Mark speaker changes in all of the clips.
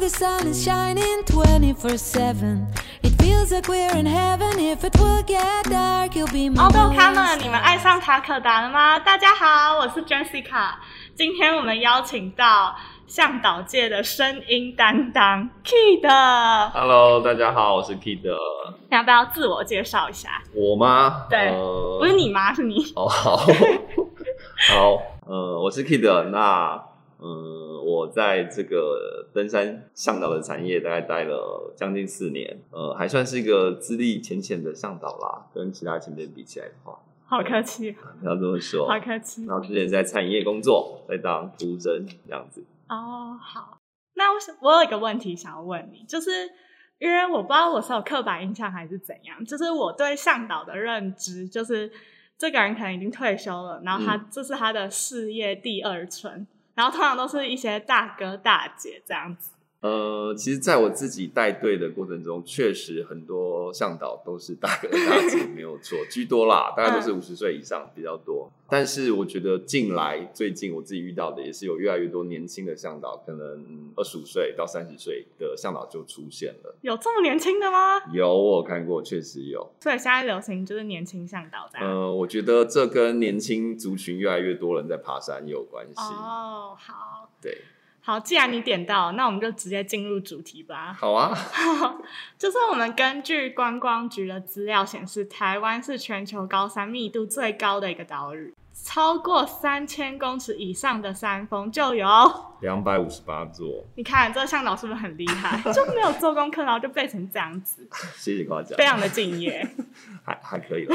Speaker 1: the sun is shining 24 7. It feels like we're in heaven. If it will get dark, you'll be my
Speaker 2: 凹豆咖们，
Speaker 1: last
Speaker 2: 你们爱上塔可达了吗？大家好，我是 Jessica。今天我们邀请到向导界的声音担当 Key 的，
Speaker 3: Hello，大家好，我是 Kid。
Speaker 2: 你要不要自我介绍一下？
Speaker 3: 我吗？
Speaker 2: 对
Speaker 3: 呃
Speaker 2: 不是。你吗？是你。
Speaker 3: 哦，好， 好，呃，我是 Kid。那，呃，我在这个登山向导的产业大概待了将近四年，呃，还算是一个资历浅浅的向导啦，跟其他前辈比起来的话，
Speaker 2: 好客气，
Speaker 3: 不要这么说。
Speaker 2: 好客气。
Speaker 3: 然后之前在产业工作，在当读真这样子。
Speaker 2: 哦，好。那我想，我有一个问题想要问你，就是因为我不知道我是有刻板印象还是怎样，就是我对向导的认知就是这个人可能已经退休了，然后他、这是他的事业第二春，然后通常都是一些大哥大姐这样子。
Speaker 3: 呃，其实在我自己带队的过程中，确实很多向导都是大哥大 姐，没有错，居多啦，大概都是
Speaker 2: 嗯
Speaker 3: 五十岁以上比较多。但是我觉得近来最近我自己遇到的也是有越来越多年轻的向导，可能二十五岁到三十岁的向导就出现了。
Speaker 2: 有这么年轻的吗？
Speaker 3: 有，我有看过，确实有。
Speaker 2: 所以现在流行就是年轻向导这样。
Speaker 3: 呃，我觉得这跟年轻族群越来越多人在爬山也有关系。
Speaker 2: 哦，好
Speaker 3: 对，
Speaker 2: 好，既然你点到，那我们就直接进入主题吧。
Speaker 3: 好啊，
Speaker 2: 就是我们根据观光局的资料显示，台湾是全球高山密度最高的一个岛屿，超过三千公尺以上的山峰就有。
Speaker 3: 两百五十八座，
Speaker 2: 你看这向导是不是很厉 害？就没有做功课，然后就背成这样子，
Speaker 3: 谢谢夸奖
Speaker 2: 非，常的敬业。
Speaker 3: 还还可以了。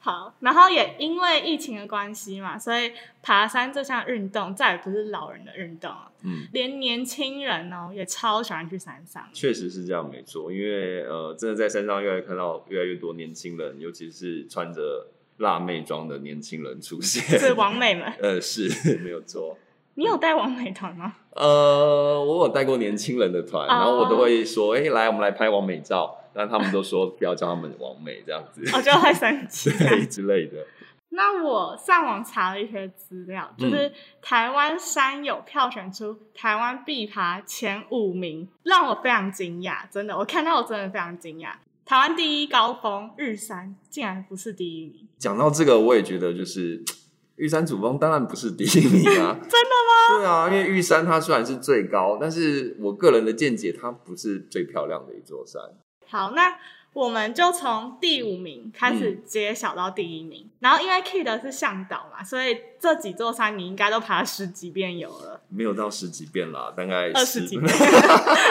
Speaker 2: 好，然后也因为疫情的关系嘛，所以爬山这项运动再也不是老人的运动了，
Speaker 3: 嗯。
Speaker 2: 连年轻人哦也超喜欢去山上。
Speaker 3: 确实是这样，没错。因为呃，真的在山上越来越看到越来越多年轻人，尤其是穿着辣妹装的年轻人出现。
Speaker 2: 是王美们，
Speaker 3: 呃， 是没有错。
Speaker 2: 你有带王美团 吗？
Speaker 3: 呃，我有带过年轻人的团，
Speaker 2: 哦
Speaker 3: 然后我都会说，哎、来，我们来拍完美照，但他们都说不要叫他们完美这样子，
Speaker 2: 我哦就会生气。
Speaker 3: 对 之类的。
Speaker 2: 那我上网查了一些资料，
Speaker 3: 嗯
Speaker 2: 就是台湾山友票选出台湾必爬前五名，让我非常惊讶，真的，我看到我真的非常惊讶。台湾第一高峰日山竟然不是第一名，
Speaker 3: 讲到这个，我也觉得就是。玉山主峰当然不是第一名啊， 真的吗？对啊，因为玉山它虽然是最高，但是我个人的见解，它不是最漂亮的一座山。
Speaker 2: 好，那我们就从第五名开
Speaker 3: 嗯
Speaker 2: 始揭晓到第一名。然后因为 Kid 是向导嘛，所以这几座山你应该都爬十几遍有了，
Speaker 3: 没有到十几遍啦，大概
Speaker 2: 二
Speaker 3: 10
Speaker 2: 十几遍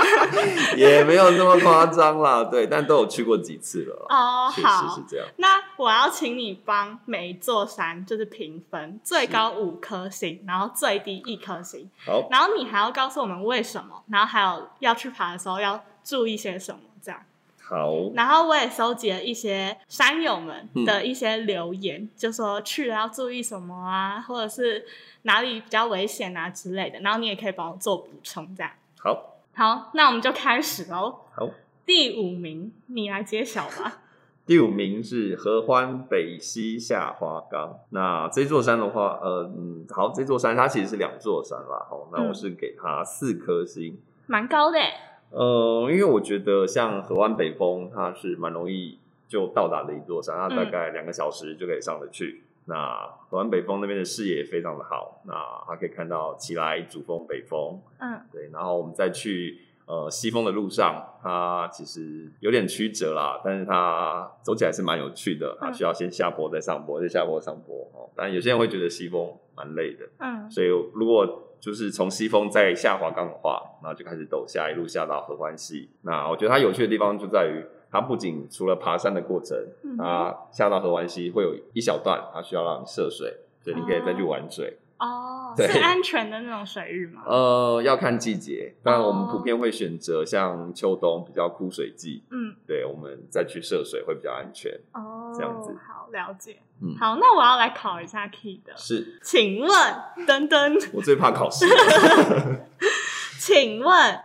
Speaker 3: 也没有那么夸张啦。对，但都有去过几次了啦，
Speaker 2: 哦。
Speaker 3: 确
Speaker 2: 好，
Speaker 3: 实是这样。
Speaker 2: 那我要请你帮每一座山就是评分，最高五颗星，然后最低一颗星，
Speaker 3: 好，
Speaker 2: 然后你还要告诉我们为什么，然后还有要去爬的时候要注意些什么这样。
Speaker 3: 好，
Speaker 2: 然后我也收集了一些山友们的
Speaker 3: 嗯
Speaker 2: 一些留言，就说去了要注意什么啊，或者是哪里比较危险啊之类的，然后你也可以帮我做补充这样。
Speaker 3: 好，
Speaker 2: 好，那我们就开始喽。
Speaker 3: 好。
Speaker 2: 第五名，你来揭晓吧。
Speaker 3: 第五名是合欢北西下花岗。那这座山的话，呃，嗯，好，这座山它其实是两座山啦。好，
Speaker 2: 嗯
Speaker 3: 那我是给它四颗星。
Speaker 2: 蛮高的欸，
Speaker 3: 呃，因为我觉得像河湾北峰，它是蛮容易就到达的一座山，它大概两个小时就可以上得去。那河湾北峰那边的视野非常的好，那它可以看到奇来主峰、北峰，
Speaker 2: 嗯，
Speaker 3: 对，然后我们再去呃西峰的路上，它其实有点曲折啦，但是它走起来是蛮有趣的，它
Speaker 2: 嗯
Speaker 3: 需要先下坡再上坡，再下坡上坡哦。但有些人会觉得西峰蛮累的，
Speaker 2: 嗯，
Speaker 3: 所以如果就是从西峰再下滑岗的话，那就开始陡下，一路下到合欢溪。那我觉得它有趣的地方就在于，它不仅除了爬山的过程，
Speaker 2: 嗯
Speaker 3: 它下到合欢溪会有一小段，它需要让你涉水，所以你可以再去玩水。
Speaker 2: 哦，
Speaker 3: 对
Speaker 2: 是安全的那种水域吗？
Speaker 3: 呃，要看季节，当然我们普遍会选择像秋冬比较枯水季，
Speaker 2: 嗯，
Speaker 3: 对我们再去涉水会比较安全。
Speaker 2: 哦，
Speaker 3: 这样子
Speaker 2: 好了解。
Speaker 3: 嗯
Speaker 2: 好，那我要来考一下 Key 的，
Speaker 3: 是
Speaker 2: 请问，噔噔，
Speaker 3: 我最怕考试。
Speaker 2: 请问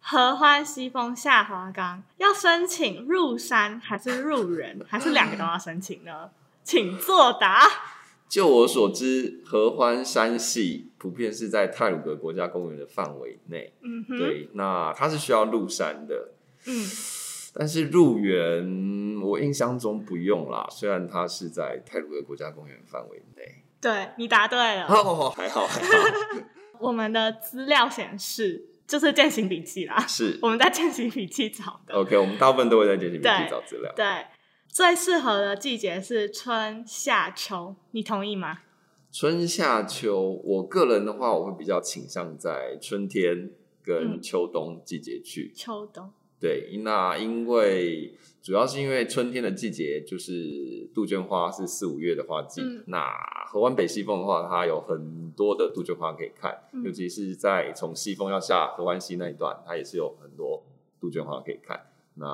Speaker 2: 合欢西峰下滑岗要申请入山还是入人，还是两个都要申请呢？请作答。
Speaker 3: 就我所知，合欢山系普遍是在泰鲁格国家公园的范围内。
Speaker 2: 嗯哼，
Speaker 3: 对，那它是需要入山的，
Speaker 2: 嗯
Speaker 3: 但是入园我印象中不用啦。虽然它是在泰鲁格国家公园范围内，
Speaker 2: 对你答对了。
Speaker 3: 哦， 还好还好，
Speaker 2: 我们的资料显示，就是践行笔记啦，
Speaker 3: 是
Speaker 2: 我们在践行笔记找的。
Speaker 3: OK。我们大部分都会在简体笔
Speaker 2: 对
Speaker 3: 记找资料。
Speaker 2: 对，最适合的季节是春夏秋，你同意吗？
Speaker 3: 春夏秋，我个人的话，我会比较倾向在春天跟
Speaker 2: 嗯
Speaker 3: 秋冬季节去。
Speaker 2: 秋冬，
Speaker 3: 对，那因为主要是因为春天的季节就是杜鹃花是四五月的花季，
Speaker 2: 嗯
Speaker 3: 那河湾北西风的话，它有很多的杜鹃花可以看，
Speaker 2: 嗯
Speaker 3: 尤其是在从西风要下河湾西那一段，它也是有很多杜鹃花可以看，那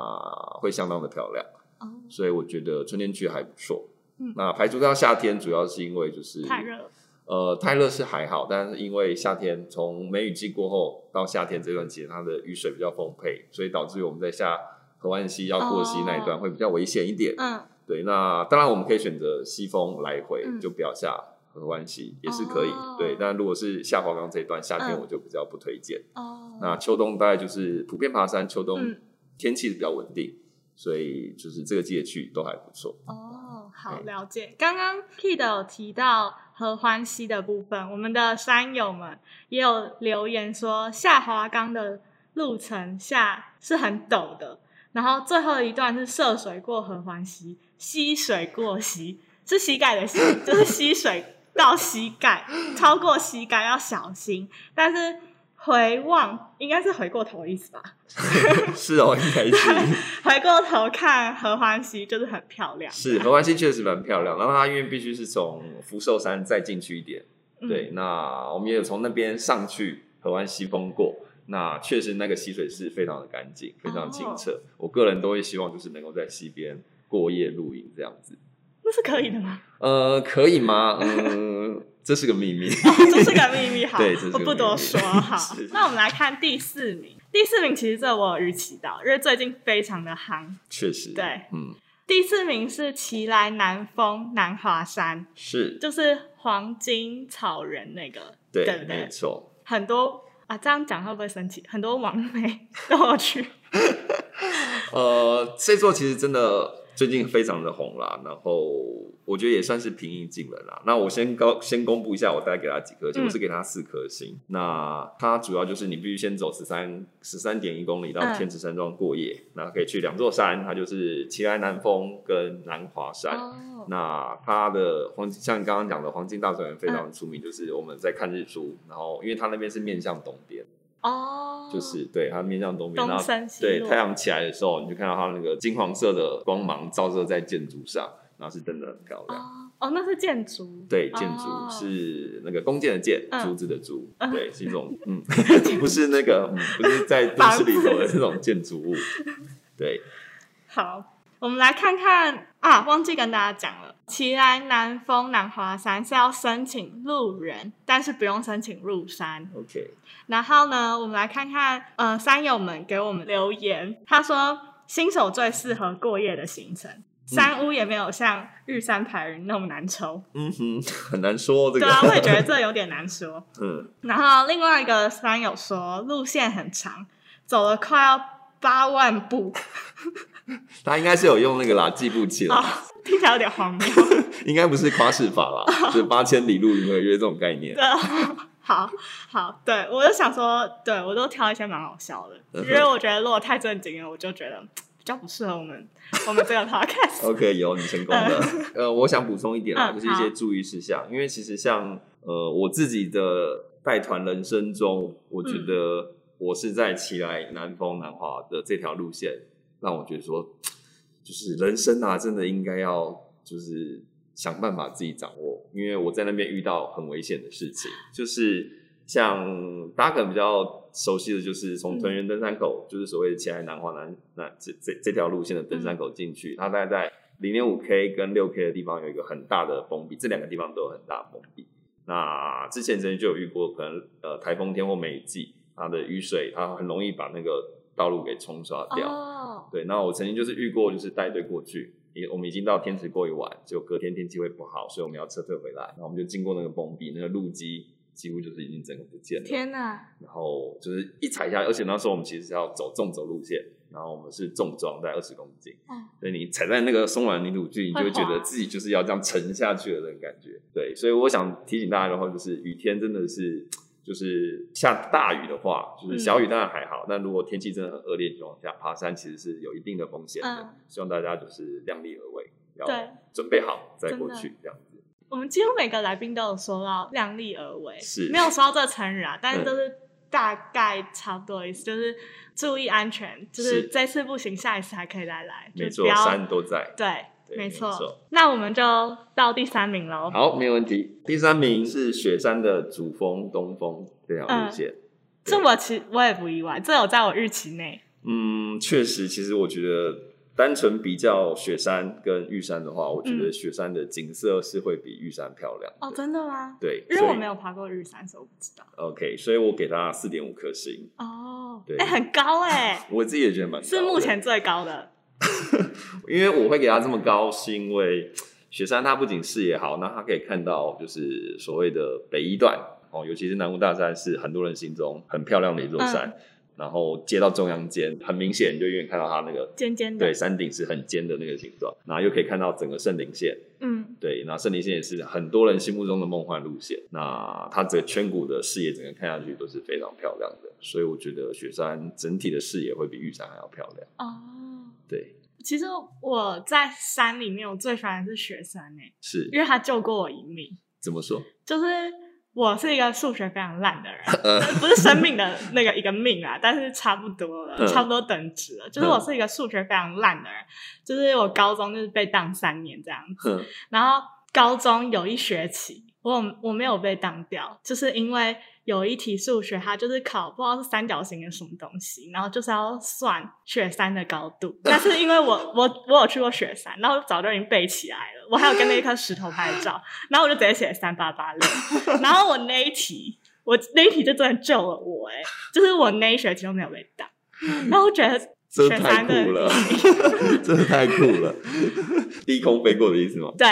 Speaker 3: 会相当的漂亮，
Speaker 2: 哦，
Speaker 3: 所以我觉得春天去还不错。
Speaker 2: 嗯
Speaker 3: 那排除到夏天，主要是因为就是
Speaker 2: 太热了。
Speaker 3: 呃，泰勒是还好，但是因为夏天从梅雨季过后到夏天这段期间，它的雨水比较丰沛，所以导致我们在下河湾溪要过溪那一段会比较危险一点。
Speaker 2: 哦嗯，
Speaker 3: 对，那当然我们可以选择西风来回，
Speaker 2: 嗯
Speaker 3: 就不要下河湾溪也是可以。
Speaker 2: 哦
Speaker 3: 对，但如果是下黄冈这一段，夏天
Speaker 2: 嗯
Speaker 3: 我就比较不推荐。
Speaker 2: 哦，
Speaker 3: 那秋冬大概就是普遍爬山，秋冬
Speaker 2: 嗯，
Speaker 3: 天气比较稳定，所以就是这个季节去都还不错。
Speaker 2: 哦，好
Speaker 3: 对
Speaker 2: 了解。刚刚 Kid 有提到合欢溪的部分，我们的山友们也有留言说，下华冈的路程下是很陡的，然后最后一段是涉水过合欢溪，溪水过溪是膝盖的溪，就是溪水到膝盖，超过膝盖要小心。但是回望应该是回过头的意思吧？
Speaker 3: 是哦，应该是。
Speaker 2: 回过头看合欢溪就是很漂亮，
Speaker 3: 是合欢溪确实蛮漂亮，然后它因为必须是从福寿山再进去一点，
Speaker 2: 嗯
Speaker 3: 对，那我们也有从那边上去合欢溪峰过，那确实那个溪水是非常的干净，非常
Speaker 2: 哦
Speaker 3: 清澈，我个人都会希望就是能够在溪边过夜露营这样子，
Speaker 2: 那是可以的吗？
Speaker 3: 呃，可以吗？嗯，这是个 秘密，
Speaker 2: 这是个秘密，好，
Speaker 3: 对这是个
Speaker 2: 我不多说，
Speaker 3: 秘密
Speaker 2: 好
Speaker 3: 是。
Speaker 2: 那我们来看第四名，第四名其实这我有预期到，因为最近非常的夯。
Speaker 3: 确实，
Speaker 2: 对，
Speaker 3: 嗯，
Speaker 2: 第四名是奇来南峰南华山，
Speaker 3: 是，
Speaker 2: 就是黄金草原那个，
Speaker 3: 对，
Speaker 2: 对不
Speaker 3: 没
Speaker 2: 对？
Speaker 3: 错。
Speaker 2: 很多啊，这样讲会不会生气？很多网媒都有去，
Speaker 3: 呃，这座其实真的最近非常的红啦，然后我觉得也算是平易近人啦。那我先高先公布一下，我大概给他几颗
Speaker 2: 嗯
Speaker 3: 星，我是给他四颗星。那它主要就是你必须先走十三十三点一公里到
Speaker 2: 嗯
Speaker 3: 天池山庄过夜，那、可以去两座山，它就是奇来南峰跟南华山。
Speaker 2: 哦，
Speaker 3: 那它的黄金，像你刚刚讲的黄金大草原非常出名，就是我们在看日出，然后因为它那边是面向东边，
Speaker 2: 哦，
Speaker 3: 就是对它面向东边，
Speaker 2: 东
Speaker 3: 然后
Speaker 2: 升西
Speaker 3: 对
Speaker 2: 落
Speaker 3: 太阳起来的时候，你就看到它那个金黄色的光芒照射在建筑上，然后是真的很漂亮。
Speaker 2: 哦，哦，那是建筑，
Speaker 3: 对，建筑
Speaker 2: 哦
Speaker 3: 是那个弓箭的箭，
Speaker 2: 嗯
Speaker 3: 竹子的竹，
Speaker 2: 嗯
Speaker 3: 对，是一 种嗯，不是那个、嗯、不是在都市里头的这种建筑物。对，
Speaker 2: 好，我们来看看啊，忘记跟大家讲了，奇来南峰南华山是要申请入园，但是不用申请入山。
Speaker 3: OK，
Speaker 2: 然后呢，我们来看看呃，山友们给我们留言，他说新手最适合过夜的行
Speaker 3: 嗯
Speaker 2: 程。山屋也没有像玉山排云那么难抽，
Speaker 3: 嗯哼， 很难说哦这个。
Speaker 2: 对啊，我也觉得这有点难说。
Speaker 3: 嗯，
Speaker 2: 然后另外一个山友说路线很长，走了快要八万步，
Speaker 3: 他应该是有用那个啦，计步器
Speaker 2: 啊
Speaker 3: 啦，，
Speaker 2: 听起来有点荒谬。
Speaker 3: 应该不是夸饰法 啦，是八千里路云和月这种概念。
Speaker 2: 对，啊 好好，对我就想说，对我都挑一些蛮好笑的，
Speaker 3: 嗯哼
Speaker 2: 因为我觉得如果太正经了，我就觉得比较不适合我们我们这 个 podcast。
Speaker 3: OK，有你成功了。 呃，我想补充一点啦，
Speaker 2: 嗯
Speaker 3: 就是一些注意事项，因为其实像呃我自己的带团人生中，我
Speaker 2: 嗯
Speaker 3: 觉得我是在奇来南风南华的这条路线，让我觉得说，就是人生啊，真的应该要就是想办法自己掌握，因为我在那边遇到很危险的事情，就是像大家可能比较熟悉的就是从
Speaker 2: 嗯
Speaker 3: 屯园登山口，就是所谓的前海南华南那这这这条路线的登山口进去，它大概在零点五 K 跟六 K 的地方有一个很大的封闭，这两个地方都有很大的封闭。那之前曾经就有遇过，可能呃台风天或梅雨季，它的雨水它很容易把那个道路给冲刷掉。
Speaker 2: 哦，
Speaker 3: 对，那我曾经就是遇过，就是带队过去，也我们已经到天池过一晚，结果隔天天气会不好，所以我们要撤退回来。然后我们就经过那个崩壁，那个路基几乎就是已经整个不见了。
Speaker 2: 天哪，
Speaker 3: 然后就是一踩下来，而且那时候我们其实是要走纵走路线，然后我们是重装在二十公斤，
Speaker 2: 嗯
Speaker 3: 所以你踩在那个松软的泥土去，你就会觉
Speaker 2: 会
Speaker 3: 得
Speaker 2: 滑
Speaker 3: 自己就是要这样沉下去的那种感觉。对，所以我想提醒大家的话，就是雨天真的是。就是下大雨的
Speaker 2: 嗯
Speaker 3: 话，就是小雨当然还好，但如果天气真的很恶劣的情况下，爬山其实是有一定的风险的。
Speaker 2: 嗯
Speaker 3: 希望大家就是量力而为，要
Speaker 2: 对
Speaker 3: 准备好再过
Speaker 2: 真的
Speaker 3: 去这样子。
Speaker 2: 我们几乎每个来宾都有说到量力而为，
Speaker 3: 是
Speaker 2: 没有说到这成语啊，但是都是大概差不多的意思，就是注意安全，就是
Speaker 3: 是
Speaker 2: 这次不行，下一次还可以再来，
Speaker 3: 没
Speaker 2: 就
Speaker 3: 错
Speaker 2: 不，要
Speaker 3: 山都在。
Speaker 2: 对，
Speaker 3: 对
Speaker 2: 没
Speaker 3: 没
Speaker 2: 错
Speaker 3: 错。
Speaker 2: 那我们就到第三名哦喽。
Speaker 3: 好，没有问题。第三名是雪山的主峰东峰这条
Speaker 2: 嗯
Speaker 3: 路线。
Speaker 2: 这我其我也不意外，这有在我预期内。
Speaker 3: 嗯，确实，其实我觉得单纯比较雪山跟玉山的话，我觉
Speaker 2: 嗯
Speaker 3: 得雪山的景色是会比玉山漂亮的。
Speaker 2: 哦，真的吗？
Speaker 3: 对，
Speaker 2: 因为
Speaker 3: 所以
Speaker 2: 我没有爬过日山，所以我不知道。
Speaker 3: OK，所以我给他四点五颗星，
Speaker 2: 哦，
Speaker 3: 对
Speaker 2: 哎、很高哎、
Speaker 3: 我自己也觉得蛮高 的
Speaker 2: 是目前最高的。
Speaker 3: 因为我会给他这么高，是因为雪山它不仅视野好，那它可以看到就是所谓的北一段哦，尤其是南湖大山是很多人心中很漂亮的一座山，然后接到中央间，很明显你就远远看到它那个
Speaker 2: 尖尖的，
Speaker 3: 对山顶是很尖的那个形状，然后又可以看到整个圣林线，
Speaker 2: 嗯，
Speaker 3: 对，那圣林线也是很多人心目中的梦幻路线，那它整个圈谷的视野整个看下去都是非常漂亮的，所以我觉得雪山整体的视野会比玉山还要漂亮，
Speaker 2: 哦，
Speaker 3: 对，
Speaker 2: 其实我在山里面，我最喜欢的是雪山哎、
Speaker 3: 是
Speaker 2: 因为他救过我一命。
Speaker 3: 怎么说？
Speaker 2: 就是我是一个数学非常烂的人，
Speaker 3: 呃
Speaker 2: 不是生命的那个一个命啊，但是差不多了，
Speaker 3: 嗯
Speaker 2: 差不多等值了。就是我是一个数学非常烂的人，就是我高中就是被当三年这样子，
Speaker 3: 哼，
Speaker 2: 然后高中有一学期。我我没有被当掉，就是因为有一题数学，它就是考不知道是三角形的什么东西，然后就是要算雪山的高度。但是因为我我我有去过雪山，然后我早就已经背起来了，我还有跟那一颗石头拍照，然后我就直接写三八八六。然后我那一题，我那一题就真的救了我、欸，哎，就是我那一学期都没有被 当。然后我觉得
Speaker 3: 这
Speaker 2: 雪
Speaker 3: 太
Speaker 2: 山
Speaker 3: 酷
Speaker 2: 的
Speaker 3: 了， 真的太酷 了，低空飞过的意思吗？
Speaker 2: 对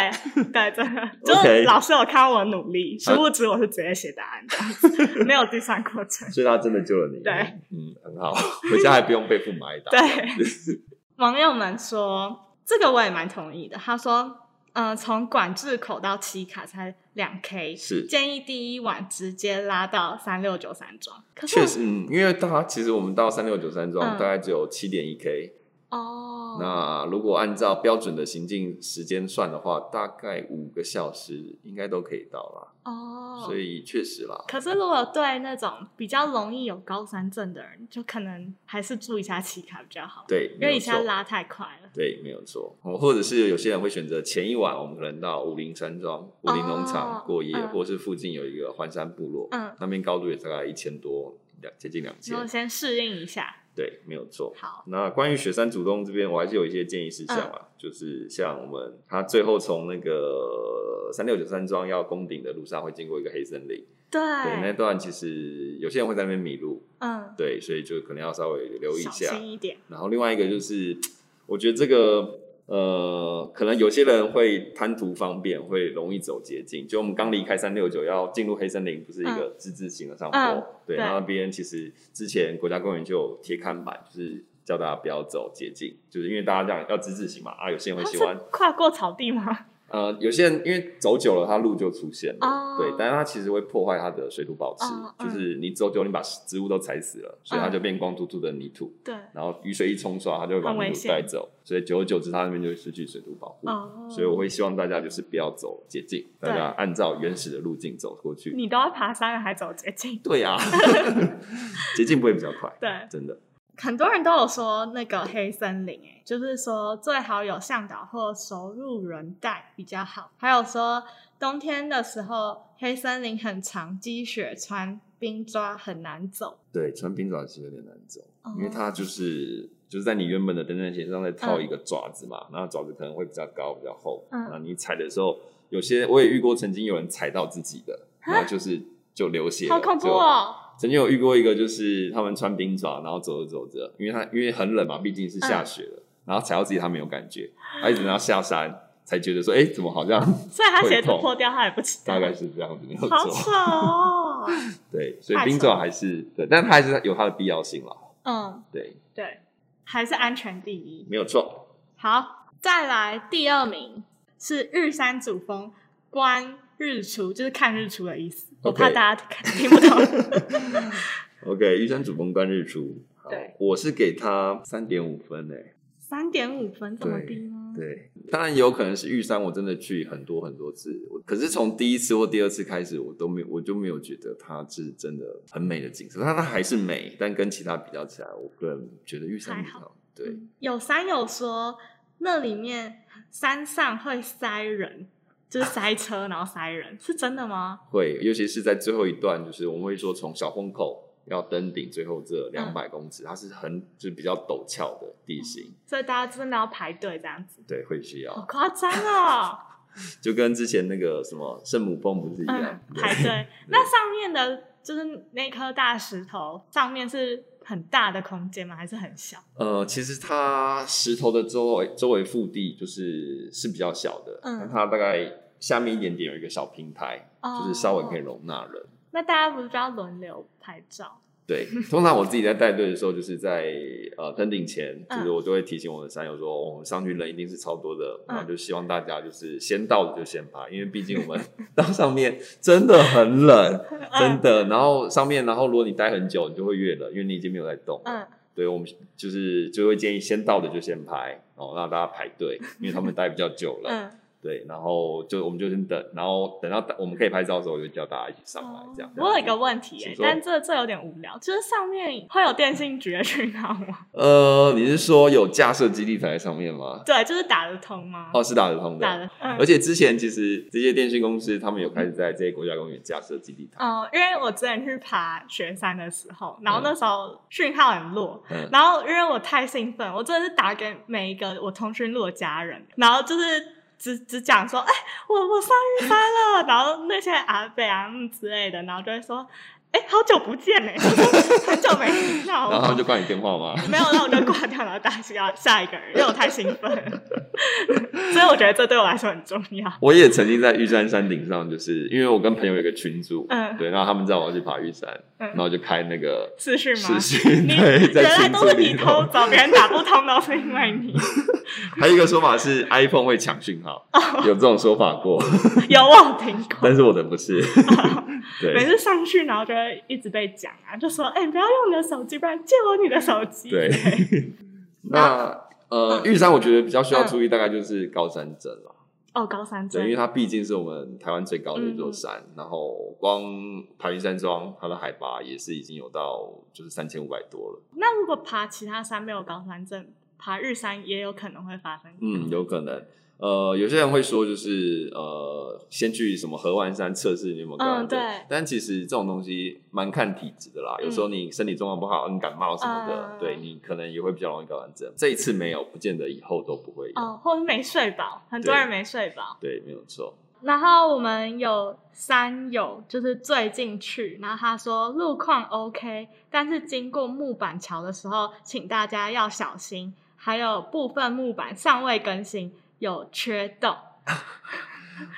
Speaker 2: 对，真 的，就是
Speaker 3: OK 啊
Speaker 2: 老师有看到我的努力，殊不知我是直接写答案这样子， 没有计算过 程。
Speaker 3: 所以他真的救了你，
Speaker 2: 对，
Speaker 3: 嗯，很好， 回家还不用被父母挨打，
Speaker 2: 对，网友们说这个我也蛮同意的。他说，嗯、从管制口到七卡才两 K，
Speaker 3: 是
Speaker 2: 建议第一晚直接拉到三六九三庄。可是
Speaker 3: 确实，嗯，因为它其实我们到三六九山
Speaker 2: 嗯
Speaker 3: 庄大概只有七点一 K，
Speaker 2: 哦，
Speaker 3: 那如果按照标准的行进时间算的话，大概五个小时应该都可以到啦，
Speaker 2: 哦，
Speaker 3: 所以确实啦，
Speaker 2: 可是，如果对那种比较容易有高山症的人，就可能还是注意一下骑卡比较好，
Speaker 3: 对，
Speaker 2: 因
Speaker 3: 没
Speaker 2: 为
Speaker 3: 有
Speaker 2: 你现在
Speaker 3: 错。
Speaker 2: 拉太快了。
Speaker 3: 对，没有错。哦，或者是有些人会选择前一晚，我们可能到武陵山庄、武陵农
Speaker 2: 哦
Speaker 3: 场过夜，
Speaker 2: 嗯
Speaker 3: 或是附近有一个环山部落，
Speaker 2: 嗯
Speaker 3: 那边高度也大概一千多，两接近两千
Speaker 2: 然后。先适应一下，
Speaker 3: 对，没有错。
Speaker 2: 好，
Speaker 3: 那关于雪山主动这边，我还是有一些建议事项啊，就是像我们他最后从那个三六九山庄要攻顶的路上，会经过一个黑森林，
Speaker 2: 对，
Speaker 3: 对，那段其实有些人会在那边迷路，
Speaker 2: 嗯，
Speaker 3: 对，所以就可能要稍微留意一
Speaker 2: 小
Speaker 3: 下。
Speaker 2: 心一点，
Speaker 3: 然后另外一个就是，我觉得这个呃，可能有些人会贪图方便，会容易走捷径。就我们刚离开三六九要进入黑森林，不是一个之字形的上坡，
Speaker 2: 嗯
Speaker 3: 对，
Speaker 2: 对
Speaker 3: 然后那边其实之前国家公园就有贴看板，就是。叫大家不要走捷径，就是因为大家这样要之字形嘛啊，有些人会
Speaker 2: 它
Speaker 3: 喜
Speaker 2: 是
Speaker 3: 欢
Speaker 2: 跨过草地吗？
Speaker 3: 呃，有些人因为走久了，它路就出现了，
Speaker 2: 哦
Speaker 3: 对，但是它其实会破坏它的水土保持，
Speaker 2: 嗯嗯
Speaker 3: 就是你走久，你把植物都踩死了，所以它
Speaker 2: 嗯
Speaker 3: 就变光秃秃的泥土。
Speaker 2: 对，
Speaker 3: 然后雨水一冲刷，它就会把
Speaker 2: 很危
Speaker 3: 泥土
Speaker 2: 险
Speaker 3: 带走，所以久而久之，它那边就会失去水土保护。
Speaker 2: 哦，
Speaker 3: 所以我会希望大家就是不要走捷径，
Speaker 2: 对
Speaker 3: 大家按照原始的路径走过去。
Speaker 2: 你都要爬山了，还走捷径？
Speaker 3: 对呀、啊，捷径不会比较快，
Speaker 2: 对，
Speaker 3: 真的。
Speaker 2: 很多人都有说那个黑森林、欸，就是说最好有向导或熟路人带比较好。还有说冬天的时候，黑森林很长，积雪穿冰抓很难走。
Speaker 3: 对，穿冰爪其实有点难走，
Speaker 2: 哦
Speaker 3: 因为它就是就是在你原本的登山鞋上再套一个爪子嘛，那爪子可能会比较高、比较厚，
Speaker 2: 嗯
Speaker 3: 那你踩的时候，有些我也遇过，曾经有人踩到自己的，那就是就流血了，
Speaker 2: 好恐怖
Speaker 3: 就
Speaker 2: 哦！
Speaker 3: 曾经有遇
Speaker 2: 嗯
Speaker 3: 过一个，就是他们穿冰爪，然后走着走着，因为他因为很冷嘛，毕竟是下雪了，然后踩到自己他没有感觉，他一直等到下山才觉得说，哎、怎么 好像
Speaker 2: 所以他鞋子
Speaker 3: 会痛
Speaker 2: 破掉，他也不知道
Speaker 3: 大，概是这样子没有
Speaker 2: 好
Speaker 3: 错。
Speaker 2: 丑哦。
Speaker 3: 对，所以
Speaker 2: 太
Speaker 3: 冰
Speaker 2: 丑
Speaker 3: 爪
Speaker 2: 了
Speaker 3: 还是对，但它还是有它的必要性啦。
Speaker 2: 嗯，
Speaker 3: 对，
Speaker 2: 对，还是安全第一。
Speaker 3: 没有错。
Speaker 2: 好，再来第二名是日山主峰观日出，就是看日出的意思。我怕
Speaker 3: OK
Speaker 2: 大家看听 不懂。
Speaker 3: OK，玉山主峰观日出，好
Speaker 2: 对
Speaker 3: 我是给他三点五分欸诶。
Speaker 2: 三点五分这么低吗？
Speaker 3: 对，当然有可能是玉山，我真的去很多很多次，我可是从第一次或第二次开始，我都没有，我就没有觉得它是真的很美的景色。它它还是美，但跟其他比较起来，我个人觉得玉山比
Speaker 2: 还
Speaker 3: 较对。
Speaker 2: 嗯有山友说那里面山上会塞人，就是塞车然后塞人，是真的吗？
Speaker 3: 会，尤其是在最后一段，就是我们会说从小风口要登顶最后这
Speaker 2: 嗯
Speaker 3: 两百公尺，它是很就是比较陡峭的地形，
Speaker 2: 所以大家真的要排队这样子，
Speaker 3: 对，会需
Speaker 2: 好
Speaker 3: 要，
Speaker 2: 夸张哦！
Speaker 3: 就跟之前那个什么圣母峰不是一
Speaker 2: 嗯
Speaker 3: 样，，
Speaker 2: 排队。那上面的就是那颗大石头，上面是很大的空间吗？还是很小？
Speaker 3: 呃，其实它石头的周围周围腹地就是是比较小的，
Speaker 2: 嗯
Speaker 3: 但它大概下面一点点有一个小平台，
Speaker 2: 哦
Speaker 3: 就是稍微可以容纳人。
Speaker 2: 那大家不是就要轮流拍照？
Speaker 3: 对，通常我自己在带队的时候，就是在呃登顶前，就
Speaker 2: 嗯
Speaker 3: 是我就会提醒我的山友说，哦我们上去人一定是超多的，
Speaker 2: 嗯
Speaker 3: 然后就希望大家就是先到的就先爬，因为毕竟我们 到上面真的很冷，
Speaker 2: 嗯
Speaker 3: 真的。然后上面，然后如果你待很久，你就会越冷，因为你已经没有在动了。
Speaker 2: 嗯，
Speaker 3: 对，我们就是就会建议先到的就先排，哦，让大家排队，因为他们待比较久了。
Speaker 2: 嗯，
Speaker 3: 对，然后就我们就先等，然后等到我们可以拍照的时候，我就叫大家一起上来，这样。
Speaker 2: 我有一个问题、
Speaker 3: 请
Speaker 2: 欸，
Speaker 3: 说
Speaker 2: 但这这有点无聊，就是上面会有电信局的讯号吗？
Speaker 3: 呃，你是说有架设基地台在上面吗？
Speaker 2: 对，就是打得通吗？
Speaker 3: 哦，是打得通的。
Speaker 2: 打得，嗯
Speaker 3: 而且之前其实这些电信公司他们有开始在这些国家公园架设基地台。
Speaker 2: 哦、因为我之前去爬雪山的时候，然后
Speaker 3: 嗯
Speaker 2: 那时候讯号很弱，
Speaker 3: 嗯，
Speaker 2: 然后因为我太兴奋，我真的是打给每一个我通讯录的家人，然后就是只只讲说，哎、我我上日班了， 然后那些阿伯啊嗯之类的，然后就会说，哎、好久不见呢、就是 很久没听到
Speaker 3: 然后他
Speaker 2: 我
Speaker 3: 们就挂你电话吗？
Speaker 2: 没有，那我就挂掉，然后打下下一个人，因为我太兴奋了， 所以我觉得这对我来说很重要。
Speaker 3: 我也曾经在玉山山顶上，就是因为我跟朋友有一个群组，
Speaker 2: 嗯
Speaker 3: 对，然后他们知道我要去爬玉山，
Speaker 2: 嗯
Speaker 3: 然后就开那个
Speaker 2: 是是吗？
Speaker 3: 视讯，
Speaker 2: 你
Speaker 3: 对，
Speaker 2: 原
Speaker 3: 在
Speaker 2: 来
Speaker 3: 群
Speaker 2: 都
Speaker 3: 组
Speaker 2: 是
Speaker 3: 里
Speaker 2: 你偷
Speaker 3: 头。
Speaker 2: 走，别人打不通都是因为你。
Speaker 3: 还有一个说法是 iPhone 会抢讯号，有这种说法 过，
Speaker 2: 有我有听过
Speaker 3: 但，是我的不是。哦
Speaker 2: 每
Speaker 3: 对
Speaker 2: 次上去然后就会一直被讲啊，就说哎、不要用你的手机，不然借我你的手机。
Speaker 3: 对，那呃，玉山我觉得比较需要注意，大概就是高山症了。
Speaker 2: 哦，高山
Speaker 3: 对，因为
Speaker 2: 症，
Speaker 3: 它毕竟是我们台湾最高的一座山，然后光排云山庄它的海拔也是已经有到就是三千五百多了。
Speaker 2: 那如果爬其他山没有高山症，爬日山也有可能会发生。
Speaker 3: 嗯，有可能。呃，有些人会说，就是呃，先去什么合欢山测试你有没有高山
Speaker 2: 嗯
Speaker 3: 症
Speaker 2: 对
Speaker 3: 但其实这种东西蛮看体质的啦。有时候你身体状况不好，你感冒什么的，
Speaker 2: 嗯
Speaker 3: 对你可能也会比较容易高山症。这一次没有，不见得以后都不会有。
Speaker 2: 哦，或者没睡饱，很多
Speaker 3: 对
Speaker 2: 人没睡饱。
Speaker 3: 对，没有错。
Speaker 2: 然后我们有山友，就是最近去，然后他说路况 OK，但是经过木板桥的时候，请大家要小心，还有部分木板尚未更新，有缺洞。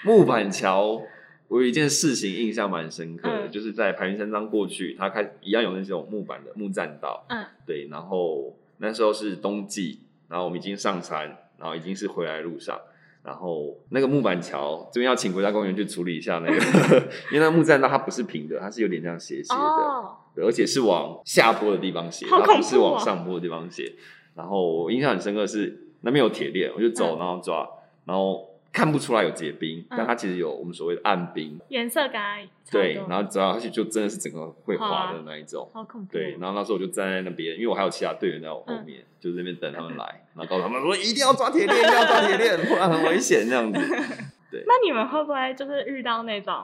Speaker 3: 木板桥，我有一件事情印象蛮深刻的，
Speaker 2: 嗯
Speaker 3: 就是在排云山庄过去，它开一样有那种木板的木栈道，
Speaker 2: 嗯
Speaker 3: 对，然后那时候是冬季，然后我们已经上山，然后已经是回来路上。然后那个木板桥这边要请国家公园去处理一下那个， 因为那木栈道它不是平的，它是有点像斜斜的，
Speaker 2: 哦，
Speaker 3: 对而且是往下坡的地方斜，
Speaker 2: 好
Speaker 3: 它
Speaker 2: 恐
Speaker 3: 不
Speaker 2: 怖哦
Speaker 3: 是往上坡的地方斜。然后我印象很深刻是那边有铁链，我就走然后抓，然后看不出来有结冰，
Speaker 2: 嗯
Speaker 3: 但它其实有我们所谓的暗冰，
Speaker 2: 颜色跟它差
Speaker 3: 对，
Speaker 2: 不多
Speaker 3: 然后抓下去就真的是整个会滑
Speaker 2: 滑
Speaker 3: 的那一种。
Speaker 2: 好恐怖哦，
Speaker 3: 对，然后那时候我就站在那边，因为我还有其他队员在我后面，就是那边等他们来，然后告诉他们说一定要抓铁链，一定要抓铁链，不然很危险这样子。
Speaker 2: 那你们会不会就是遇到那种，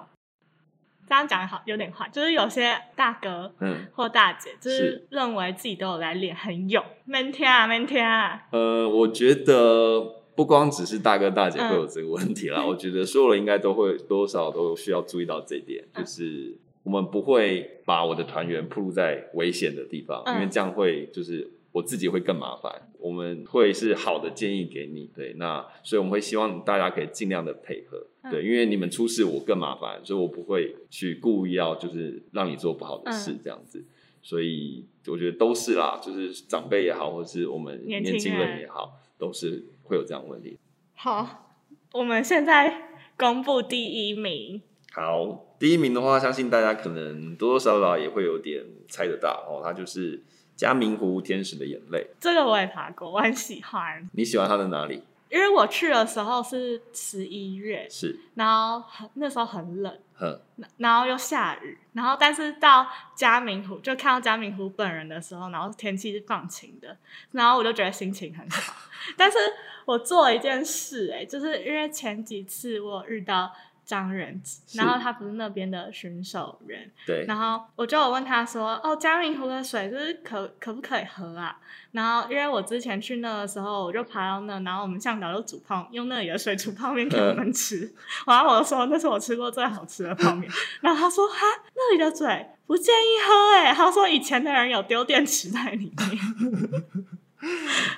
Speaker 2: 这样讲好有点坏，就是有些大哥
Speaker 3: 嗯，
Speaker 2: 或大姐，就是
Speaker 3: 是
Speaker 2: 认为自己都有在练，很勇，闷天啊闷天啊，
Speaker 3: 呃，我觉得不光只是大哥大姐会有这个问题啦，
Speaker 2: 嗯
Speaker 3: 我觉得所有人应该都会多少都需要注意到这一点，
Speaker 2: 嗯
Speaker 3: 就是我们不会把我的团员暴露在危险的地方，
Speaker 2: 嗯
Speaker 3: 因为这样会就是。我自己会更麻烦。我们会是好的建议给你，对，那所以我们会希望大家可以尽量的配合，
Speaker 2: 嗯
Speaker 3: 对，因为你们出事我更麻烦，所以我不会去故意要就是让你做不好的事
Speaker 2: 嗯
Speaker 3: 这样子。所以我觉得都是啦，就是长辈也好，或是我们
Speaker 2: 年
Speaker 3: 年
Speaker 2: 轻
Speaker 3: 轻
Speaker 2: 人
Speaker 3: 人也好，都是会有这样的问题。
Speaker 2: 好，我们现在公布第一名。
Speaker 3: 好，第一名的话，相信大家可能多多少少也会有点猜得到哦，它就是加明湖天使的眼泪。
Speaker 2: 这个我也爬过，我很喜欢，
Speaker 3: 你喜欢它的哪里？
Speaker 2: 因为我去的时候是十一月，
Speaker 3: 是，
Speaker 2: 然后很那时候很冷，
Speaker 3: 哼，
Speaker 2: 然然后又下雨，然后但是到嘉明湖就看到嘉明湖本人的时候，然后天气是放晴的，然后我就觉得心情很好。但是我做了一件事、哎，就是因为前几次我有遇到张仁志，
Speaker 3: 是
Speaker 2: 然后他不是那边的巡守员，
Speaker 3: 对，
Speaker 2: 然后我就有问他说：“哦，嘉明湖的水就是可可不可以喝啊？”然后因为我之前去那的时候，我就爬到那，然后我们向导就煮泡，用那里的水煮泡面给我
Speaker 3: 嗯
Speaker 2: 们吃。然后我说那是我吃过最好吃的泡面。然后他说：“哈，那里的水不建议喝、欸。”哎，他说以前的人有丢电池在里 面。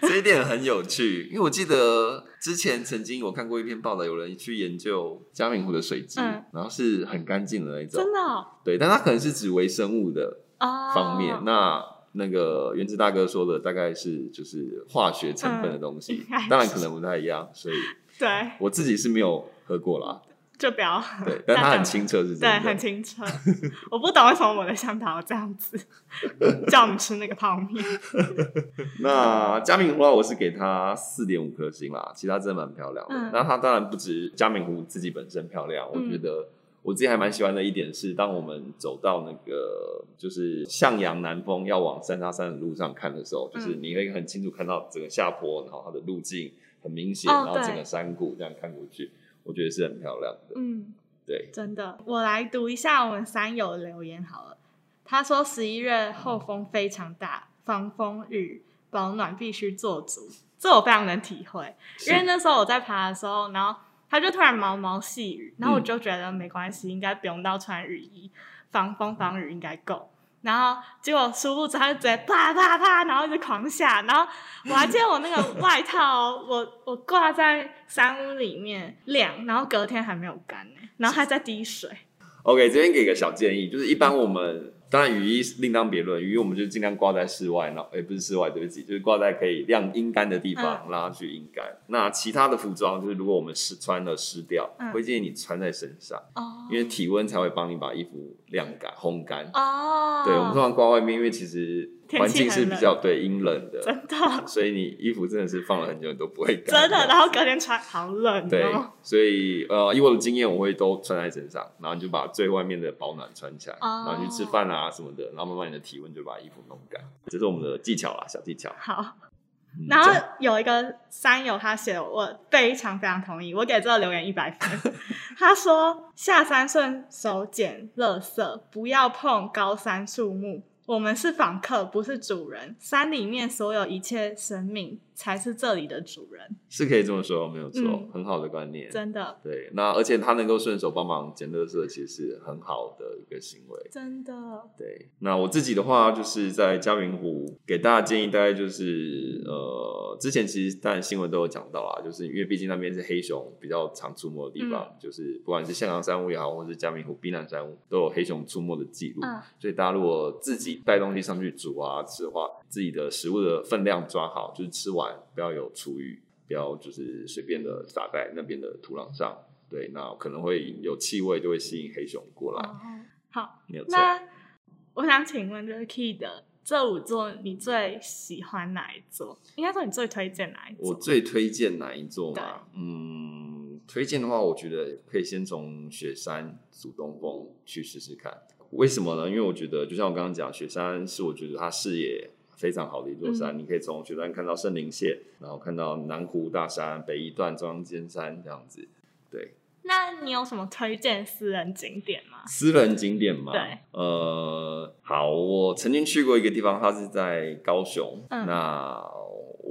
Speaker 3: 这一点很有趣，因为我记得之前曾经我看过一篇报道，有人去研究嘉明湖的水质，
Speaker 2: 嗯
Speaker 3: 然后是很干净的那一种
Speaker 2: 真，的哦，
Speaker 3: 对，但它可能是指微生物的
Speaker 2: 哦
Speaker 3: 方面。那那个原子大哥说的大概是就是化学成分的东
Speaker 2: 嗯
Speaker 3: 西
Speaker 2: 应，该是
Speaker 3: 当然可能不太一样，所以
Speaker 2: 对，
Speaker 3: 我自己是没有喝过啦，
Speaker 2: 就不要。
Speaker 3: 对，但它
Speaker 2: 那
Speaker 3: 很清澈是真
Speaker 2: 对，
Speaker 3: 的，
Speaker 2: 很 清澈。我不懂为什么我的向导要这样子 叫我们吃那个泡面。
Speaker 3: 那嘉明湖的话，我是给它四点五颗星啦，其他真的蛮漂亮的。
Speaker 2: 嗯
Speaker 3: 那它当然不止嘉明湖自己本身漂亮，我
Speaker 2: 嗯
Speaker 3: 觉得我自己还蛮喜欢的一点是，当我们走到那个就是向阳南峰要往三沙山的路上看的时候，就是
Speaker 2: 嗯
Speaker 3: 你会很清楚看到整个下坡，然后它的路径很明显，
Speaker 2: 哦
Speaker 3: 然后整
Speaker 2: 对
Speaker 3: 个山谷这样看过去，我觉得是很漂亮的。
Speaker 2: 嗯。
Speaker 3: 对，
Speaker 2: 真的，我来读一下我们三友的留言好了。他说十一月后风非常大，防风雨保暖必须做足，这我非常能体会。因为
Speaker 3: 是
Speaker 2: 那时候我在爬的时候，然后它就突然毛毛细雨，然后
Speaker 3: 嗯
Speaker 2: 我就觉得没关系，应该不用到穿雨衣，防风防雨应该够。然后结果殊不知它就直接啪啪啪，然后一直狂下，然后我还记得我那个外套哦、我我挂在山屋里面晾，然后隔天还没有干呢、然后还在滴水。
Speaker 3: OK，这边给个小建议，就是一般我们当然雨衣是另当别论，雨衣我们就尽量挂在室外，然后也、不是室外，对不起，就是挂在可以晾阴干的地方，
Speaker 2: 嗯
Speaker 3: 让它去阴干。那其他的服装，就是如果我们湿穿了湿掉，
Speaker 2: 嗯
Speaker 3: 会建议你穿在身上，
Speaker 2: 哦
Speaker 3: 因为体温才会帮你把衣服晾干、烘干。
Speaker 2: 哦，
Speaker 3: 对，我们通常挂外面，因为其实
Speaker 2: 天气
Speaker 3: 环境是
Speaker 2: 很
Speaker 3: 比
Speaker 2: 冷
Speaker 3: 较对阴冷的，
Speaker 2: 真的
Speaker 3: 所以你衣服真的是放了很久你都不会干。
Speaker 2: 真的，然后隔天穿好冷
Speaker 3: 对
Speaker 2: 哦。，
Speaker 3: 所以呃，以我的经验，我会都穿在身上，然后你就把最外面的保暖穿起来，
Speaker 2: 哦
Speaker 3: 然后去吃饭啊什么的，然后慢慢你的体温就把衣服弄干，这是我们的技巧啦，小技巧。
Speaker 2: 好，
Speaker 3: 嗯
Speaker 2: 然后
Speaker 3: 这样
Speaker 2: 有一个山友他写我非常非常同意，我给这个留言一百分。 他说下山顺手捡垃圾，不要碰高山树木。我们是访客，不是主人。山里面所有一切生命才是这里的主人，
Speaker 3: 是可以这么说，没有错，
Speaker 2: 嗯
Speaker 3: 很好的观念。
Speaker 2: 真的，
Speaker 3: 对，那而且他能够顺手帮忙捡垃圾，其实是很好的一个行为。
Speaker 2: 真的，
Speaker 3: 对，那我自己的话，就是在嘉明湖给大家建议，大概就是呃，之前其实当然新闻都有讲到啦，就是因为毕竟那边是黑熊比较常出没的地
Speaker 2: 嗯
Speaker 3: 方，就是不管是向阳山屋也好，或是嘉明湖避难山屋，都有黑熊出没的记录。
Speaker 2: 嗯
Speaker 3: 所以大家如果自己带东西上去煮啊吃的话，自己的食物的分量抓好，就是吃完不要有厨余，不要就是随便的撒在那边的土壤上。对，那可能会有气味，就会吸引黑熊过来。
Speaker 2: 好。
Speaker 3: 没有错。
Speaker 2: 哦那我想请问，就是 Key 的这五座，你最喜欢哪一座？应该说你最推荐哪一
Speaker 3: 我
Speaker 2: 座？
Speaker 3: 最推荐哪一座
Speaker 2: 对
Speaker 3: 嘛？嗯，推荐的话，我觉得可以先从雪山主东峰去试试看。为什么呢？因为我觉得，就像我刚刚讲，雪山是我觉得它视野非常好的一座山，
Speaker 2: 嗯
Speaker 3: 你可以从雪山看到圣灵线，然后看到南湖大山、北一段、中央尖山这样子。对，
Speaker 2: 那你有什么推荐私人景点吗？
Speaker 3: 私人景点嘛，
Speaker 2: 对，
Speaker 3: 呃，好，我曾经去过一个地方，它是在高雄。
Speaker 2: 嗯
Speaker 3: 那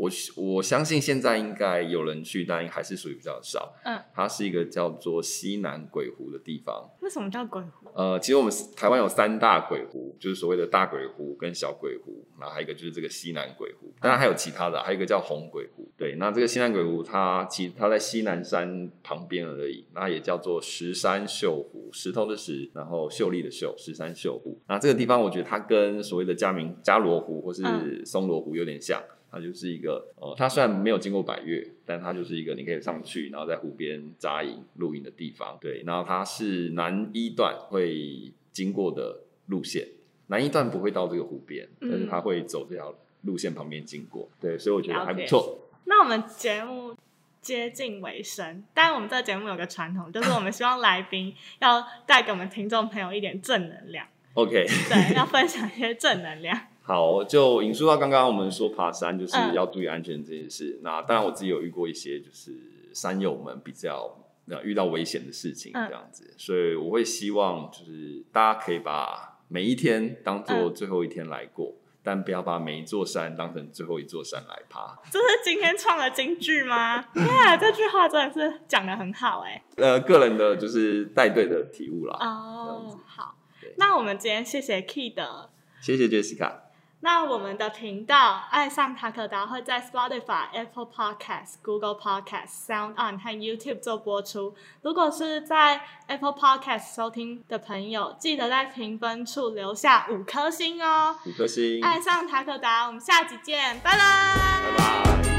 Speaker 3: 我我相信现在应该有人去，但还是属于比较少。
Speaker 2: 嗯，
Speaker 3: 它是一个叫做西南鬼湖的地方。
Speaker 2: 为什么叫鬼湖？
Speaker 3: 呃，其实我们台湾有三大鬼湖，就是所谓的大鬼湖跟小鬼湖，然后还有一个就是这个西南鬼湖，当然还有其他的，还有一个叫红鬼湖。对，那这个西南鬼湖它其实它在西南山旁边而已，那也叫做石山秀湖，石头的石，然后秀丽的秀，石山秀湖。那这个地方我觉得它跟所谓的嘉明嘉罗湖或是
Speaker 2: 嗯
Speaker 3: 松罗湖有点像。它就是一个，呃，它虽然没有经过百越，但它就是一个你可以上去，然后在湖边扎营、露营的地方。对，然后它是南一段会经过的路线，南一段不会到这个湖边，但
Speaker 2: 嗯
Speaker 3: 是它会走这条路线旁边经过。对，所以我觉得还不
Speaker 2: 了解
Speaker 3: 错。
Speaker 2: 那我们节目接近尾声，但我们这个节目有个传统，就是我们希望来宾要带给我们听众朋友一点正能量，
Speaker 3: OK，
Speaker 2: 对，要分享一些正能量。
Speaker 3: 好，就引述到刚刚我们说爬山就是
Speaker 2: 嗯
Speaker 3: 要注意安全这件事。那当然我自己有遇过一些就是山友们比较呃遇到危险的事情
Speaker 2: 嗯
Speaker 3: 这样子，所以我会希望就是大家可以把每一天当做
Speaker 2: 嗯
Speaker 3: 最后一天来过。但不要把每一座山当成最后一座山来爬。
Speaker 2: 这是今天创的金句吗？对啊，这句话真的是讲的很好哎、
Speaker 3: 呃，个人的就是带队的体悟啦。这样
Speaker 2: 哦
Speaker 3: 子，
Speaker 2: 好
Speaker 3: 对，
Speaker 2: 那我们今天谢谢 Key 的。
Speaker 3: 谢谢 Jessica。
Speaker 2: 那我们的频道《爱上塔可达》会在 Spotify、Apple Podcast、Google Podcast、Sound On 和 YouTube 做播出。如果是在 Apple Podcast 收听的朋友，记得在评分处留下五颗星哦。
Speaker 3: 五颗星，
Speaker 2: 爱上塔可达，我们下集见，拜拜
Speaker 3: 拜拜。